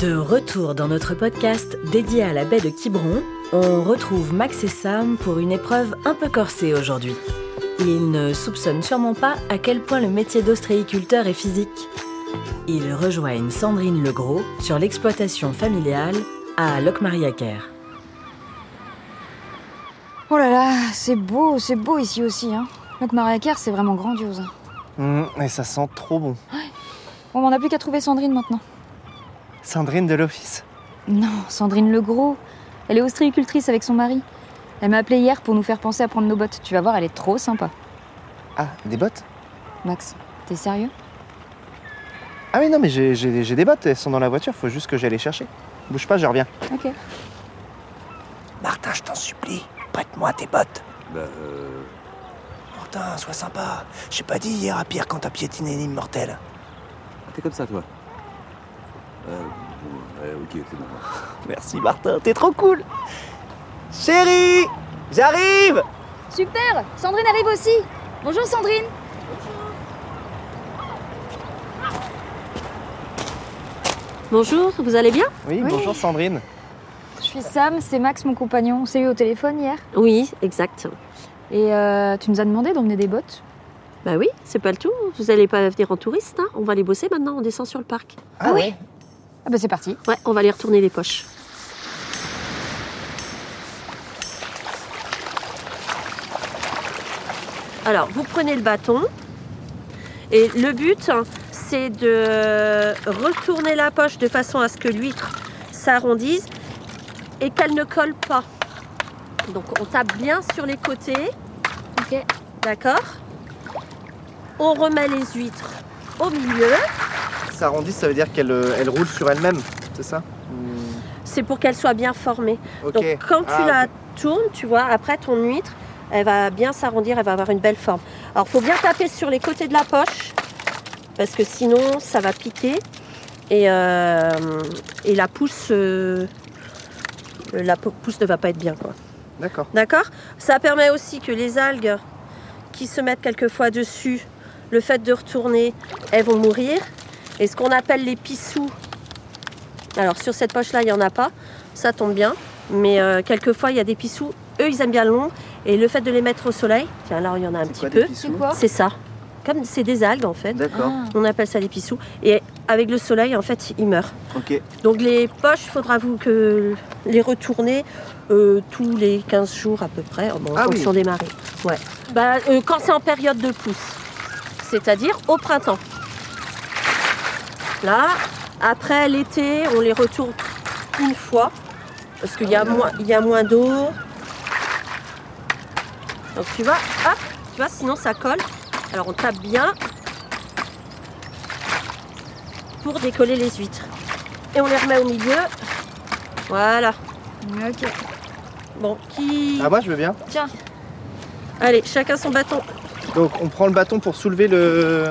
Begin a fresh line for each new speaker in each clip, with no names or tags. De retour dans notre podcast dédié à la baie de Quiberon, on retrouve Max et Sam pour une épreuve un peu corsée aujourd'hui. Ils ne soupçonnent sûrement pas à quel point le métier d'ostréiculteur est physique. Ils rejoignent Sandrine Legros sur l'exploitation familiale à Locmariacaire.
Oh là là, c'est beau, c'est beau ici aussi. Hein. Donc Mariacaire, c'est vraiment grandiose. hein.
Mmh, et ça sent trop bon.
Bon, on n'a plus qu'à trouver Sandrine maintenant.
Sandrine de l'office.
Non, Sandrine Legros. Elle est ostréicultrice avec son mari. Elle m'a appelé hier pour nous faire penser à prendre nos bottes. Tu vas voir, elle est trop sympa.
Ah, des bottes
Max, t'es sérieux
Ah oui, non, mais j'ai- j'ai j'ai des bottes, elles sont dans la voiture, faut juste que j'aille les chercher. Bouge pas, je reviens.
Ok.
Martin, je t'en supplie, prête-moi tes bottes. Martin, sois sympa. J'ai pas dit hier à Pierre quand t'as piétiné l'immortel.
T'es comme ça, toi euh, bon, ouais, ok, c'est bon.
Merci, Martin, t'es trop cool. Chérie, j'arrive
Super Sandrine arrive aussi Bonjour Sandrine
Bonjour, vous allez bien
Oui, bonjour Sandrine.
Je suis Sam, c'est Max, mon compagnon. On s'est eu au téléphone hier.
Oui, exact.
Et euh, tu nous as demandé d'emmener des bottes
Bah oui, c'est pas le tout. Vous allez pas venir en touriste, hein On va les bosser maintenant, on descend sur le parc.
Ah, oui
Ah bah c'est parti.
Ouais, on va les retourner les poches. Alors, vous prenez le bâton. Et le but, hein, c'est de retourner la poche de façon à ce que l'huître s'arrondisse et qu'elle ne colle pas. Donc, on tape bien sur les côtés.
Ok.
D'accord On remet les huîtres au milieu.
Ça arrondit, ça veut dire qu'elle euh, elle roule sur elle-même, c'est ça
C'est pour qu'elles soient bien formées.
Ok.
Donc quand tu
Ah,
la tournes, tu vois, après ton huître, elle va bien s'arrondir, elle va avoir une belle forme. Alors faut bien taper sur les côtés de la poche, parce que sinon ça va piquer. Et, euh, et la pousse, euh, la pou- pousse ne va pas être bien. quoi.
D'accord.
D'accord Ça permet aussi que les algues qui se mettent quelquefois dessus, le fait de retourner, elles vont mourir. Et ce qu'on appelle les pissous, alors sur cette poche-là, il n'y en a pas, ça tombe bien. Mais euh, quelquefois, il y a des pissous, eux, ils aiment bien le long. Et le fait de les mettre au soleil, tiens, alors il y en a un
C'est
petit
quoi, des
peu.
pissous
C'est quoi
C'est ça. Comme c'est des algues, en fait.
D'accord,
Ah.
On appelle ça des pissous. Et avec le soleil, en fait, ils meurent.
ok.
Donc les poches, faudra vous que les retourner euh, tous les 15 jours à peu près, en
Ah oui.
fonction des marées. Ouais. Bah, euh, quand c'est en période de pousse, c'est-à-dire au printemps. Là, après l'été, on les retourne une fois parce qu'il y, a moins- il y a moins d'eau. Donc tu vois, hop, tu vois, sinon ça colle. Alors on tape bien pour décoller les huîtres. Et on les remet au milieu. Voilà.
Ah, Ok.
Bon, qui.
Ah, moi je veux bien.
Allez, chacun son bâton.
Donc on prend le bâton pour soulever le.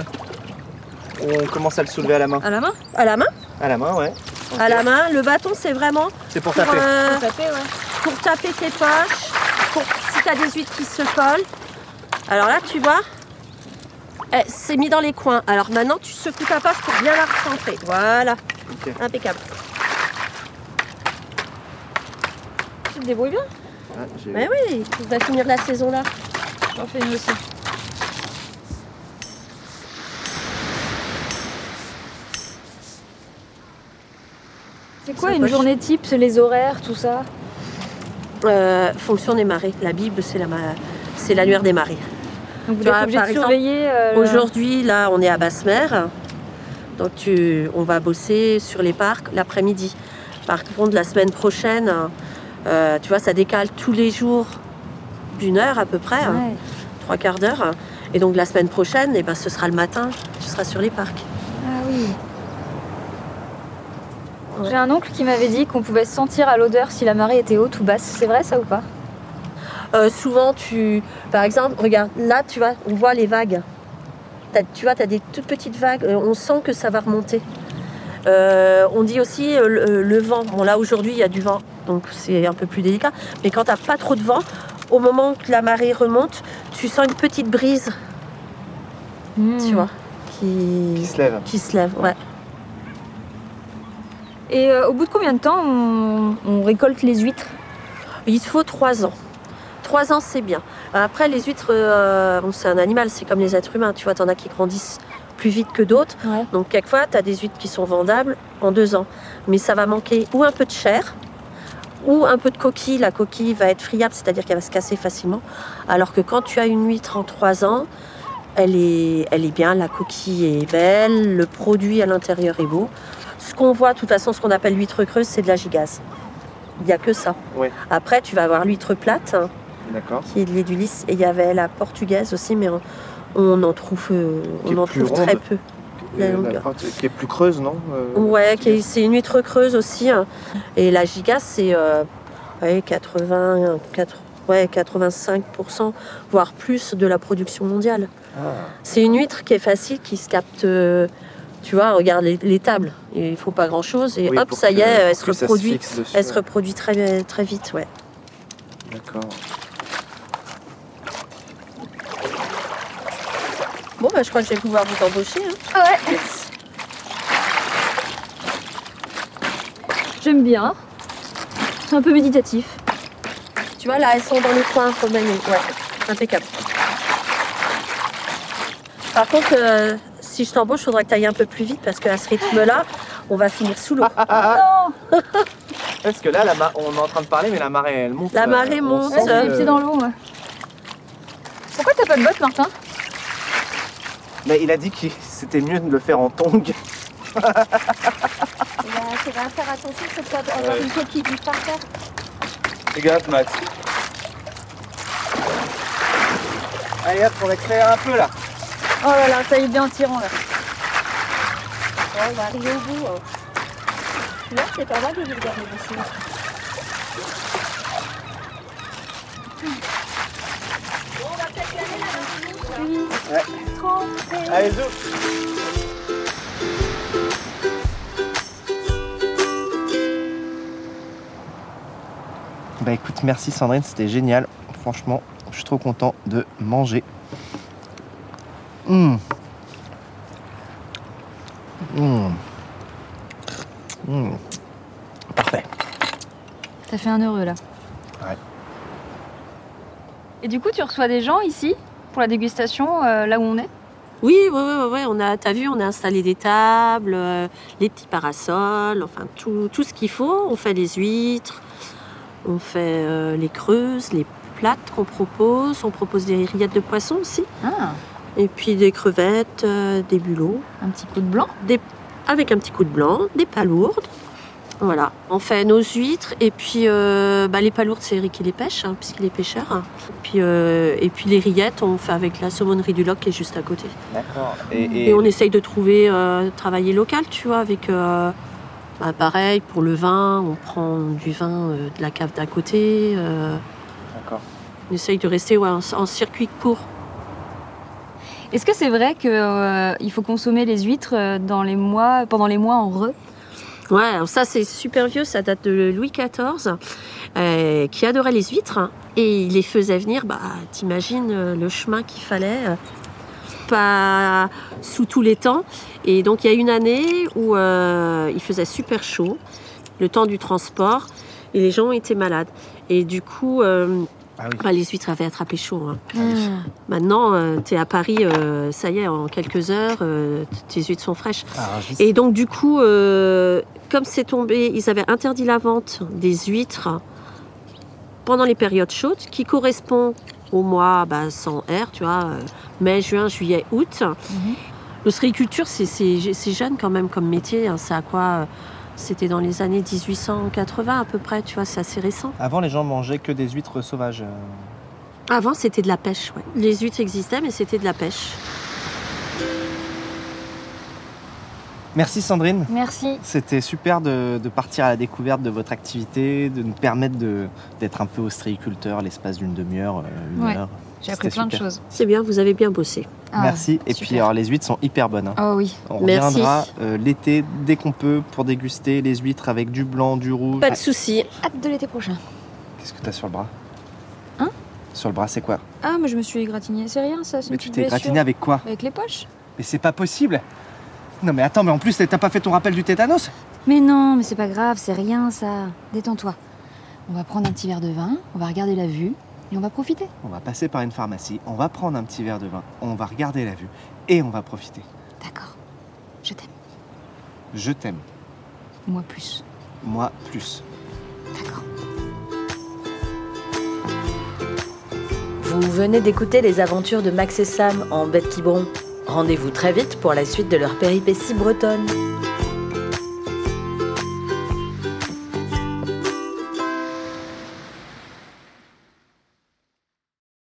On commence à le soulever à la main.
À la main À la main
À la main, ouais. Ok.
À la main. Le bâton, c'est vraiment
C'est pour
pour,
taper.
euh,
Tapé, ouais.
pour taper tes poches. Pour, si t'as des huîtres qui se collent. Alors là, tu vois, eh, c'est mis dans les coins. Alors maintenant, tu secoues ta poche pour bien la recentrer. Voilà.
Ok.
Impeccable.
Tu te débrouilles bien
Ah, j'ai-
Mais oui, on va finir la saison là.
J'en fais une aussi. C'est quoi
Ça
une
poche.
journée type C'est les horaires, tout ça
Euh, fonction des marées. La Bible, c'est la ma- c'est l'annuaire des marées.
Donc vous
Tu vois,
êtes obligé
Bah, par
de
exemple,
surveiller. euh, le-
Aujourd'hui, là, on est à basse mer. Donc, tu- on va bosser sur les parcs l'après-midi. Par contre, la semaine prochaine, euh, tu vois, ça décale tous les jours d'une heure à peu près, hein,
Ouais.
trois quarts d'heure. Et donc, la semaine prochaine, eh ben, ce sera le matin, tu seras sur les parcs.
Ah oui.
Ouais.
J'ai un oncle qui m'avait dit qu'on pouvait sentir à l'odeur si la marée était haute ou basse. C'est vrai ça ou pas
Euh, souvent, tu, par exemple, regarde, là, tu vois, on voit les vagues. T'as- tu vois, tu as des toutes petites vagues. euh, on sent que ça va remonter. Euh, on dit aussi euh, le, le vent. Bon, là, aujourd'hui, il y a du vent, donc c'est un peu plus délicat. Mais quand tu pas trop de vent, au moment que la marée remonte, tu sens une petite brise, tu vois,
Hmm.
Qui
qui,
se lève.
qui se lève. Ouais.
Et euh, au bout de combien de temps on, on récolte les huîtres
Il te faut trois ans. Trois ans, c'est bien. Après, les huîtres, euh, bon, c'est un animal, c'est comme les êtres humains. Tu vois, t'en as qui grandissent plus vite que d'autres.
Ouais.
Donc, quelquefois, t'as des huîtres qui sont vendables en deux ans. Mais ça va manquer ou un peu de chair, ou un peu de coquille. La coquille va être friable, c'est-à-dire qu'elle va se casser facilement. Alors que quand tu as une huître en trois ans, elle est, elle est bien, la coquille est belle, le produit à l'intérieur est beau. Ce qu'on voit, de toute façon, ce qu'on appelle l'huître creuse, c'est de la gigasse. Il n'y a que ça.
Ouais.
Après, tu vas avoir l'huître plate, hein,
D'accord.
qui est de l'Édulis, et il y avait la portugaise aussi, mais on, on en trouve, euh,
Qui
on
est
en
plus
trouve très
ronde.
peu.
Et
La
la
longueur.
pointe Qui est plus creuse, non Euh,
Ouais,
tu
qui est- c'est une huître creuse aussi. hein. Et la giga, c'est euh, ouais, 80, 4 ouais, 85%, voire plus de la production mondiale.
Ah,
C'est une huître qui est facile, qui se capte. euh, tu vois, regarde les, les tables. Il faut pas grand-chose. Et
oui,
hop,
pour
ça y
que-
est, elle
pour
se
que ça
reproduit.
fixe dessus.
elle se reproduit très, très vite, ouais.
D'accord.
Bon, bah, je crois que je vais pouvoir vous embaucher. hein.
Ouais. J'aime bien. C'est un peu méditatif.
Tu vois, là, elles sont dans le coin, remaniées. Ouais, impeccable. Par contre, euh, si je t'embauche, il faudra que tu ailles un peu plus vite parce qu'à ce rythme-là, on va finir sous l'eau.
Non
Parce que là, la ma- on est en train de parler, mais la marée, elle monte. euh,
La marée
on
monte.
sent
Ouais, j'ai
que-
les pieds dans l'eau, moi. Pourquoi t'as pas de bottes, Martin
Mais il a dit que c'était mieux de le faire en tong.
Tu vas faire attention, c'est pas
avoir Ouais.
une coquille du par terre.
Fais gaffe, Max.
Allez hop, on accélère un peu là.
Oh là là, ça y est bien en tirant, là.
on va arriver au bout. Là, c'est pas mal de regarder d'ici.
Allez, zou. Bah écoute, merci Sandrine, c'était génial. Franchement, je suis trop content de manger. Mmh. Mmh. Mmh. Parfait.
T'as fait un heureux, là.
Ouais.
Et du coup, tu reçois des gens ici pour la dégustation, euh, là où on est
Oui, ouais, ouais, ouais, ouais, on a, t'as vu, on a installé des tables, euh, les petits parasols, enfin tout, tout ce qu'il faut. On fait les huîtres, on fait euh, les creuses, les plates qu'on propose, on propose des rillettes de poisson aussi,
Ah,
et puis des crevettes, euh, des bulots,
un petit coup de blanc.
avec un petit coup de blanc, des palourdes. Voilà, on fait nos huîtres et puis euh, bah, les palourdes, c'est Eric qui les pêche, hein, puisqu'il est pêcheur. hein. Puis, euh, et puis les rillettes, on fait avec la saumonnerie du Loc qui est juste à côté.
D'accord. Et,
Et on essaye de trouver, euh, travailler local, tu vois, avec. euh, bah, pareil, pour le vin, on prend du vin euh, de la cave d'à côté. euh,
D'accord.
on essaye de rester ouais, en, en circuit court.
Est-ce que c'est vrai qu'il faut consommer les huîtres euh, dans les mois, pendant les mois en re
Ouais, alors ça c'est super vieux, ça date de Louis XIV, euh, qui adorait les huîtres hein, et il les faisait venir. Bah, t'imagines euh, le chemin qu'il fallait, euh, pas sous tous les temps. Et donc il y a une année où euh, il faisait super chaud, le temps du transport, et les gens étaient malades. Et du coup, euh,
Ah oui.
bah, les huîtres avaient attrapé chaud. hein.
Hmm.
Maintenant, tu t'es à Paris, euh, ça y est, en quelques heures, euh, tes huîtres sont fraîches.
Ah, juste-
Et donc, du coup, euh, comme c'est tombé, ils avaient interdit la vente des huîtres pendant les périodes chaudes, qui correspond au mois bah, sans R, tu vois, euh, mai, juin, juillet, août.
Mhm.
L'ostréiculture, c'est- c'est c'est jeune quand même comme métier. hein, c'est à quoi euh, C'était dans les années 1880 à peu près, tu vois, c'est assez récent.
Avant, les gens mangeaient que des huîtres sauvages. euh.
Avant, c'était de la pêche, ouais. Les huîtres existaient, mais c'était de la pêche.
Merci Sandrine.
Merci.
C'était super de, de partir à la découverte de votre activité, de nous permettre de- d'être un peu ostréiculteur l'espace d'une demi-heure, euh, une
Ouais,
heure.
J'ai appris
C'était
plein de
super.
choses.
C'est bien, vous avez bien bossé.
Ah,
Merci. Et
super.
puis alors les huîtres sont hyper bonnes. hein.
Oh oui.
On
Merci.
reviendra euh, l'été dès qu'on peut pour déguster les huîtres avec du blanc, du rouge. Ah,
Pas de souci.
Hâte de l'été prochain.
Qu'est-ce que t'as sur le bras
Hein
Sur le bras, c'est quoi
Ah, mais je me suis égratignée. C'est rien, ça, c'est
Mais
une
tu
petite
t'es
blessure.
gratiné avec quoi
Avec les poches
Mais c'est pas possible Non mais attends, mais en plus t'as pas fait ton rappel du tétanos
Mais non, mais c'est pas grave, c'est rien ça. Détends-toi. On va prendre un petit verre de vin, on va regarder la vue et on va profiter.
On va passer par une pharmacie, on va prendre un petit verre de vin, on va regarder la vue et on va profiter.
D'accord. Je t'aime.
Je t'aime,
Moi plus.
moi plus.
D'accord.
Vous venez d'écouter les aventures de Max et Sam en Bête Quiberon. Rendez-vous très vite pour la suite de leur péripétie bretonne.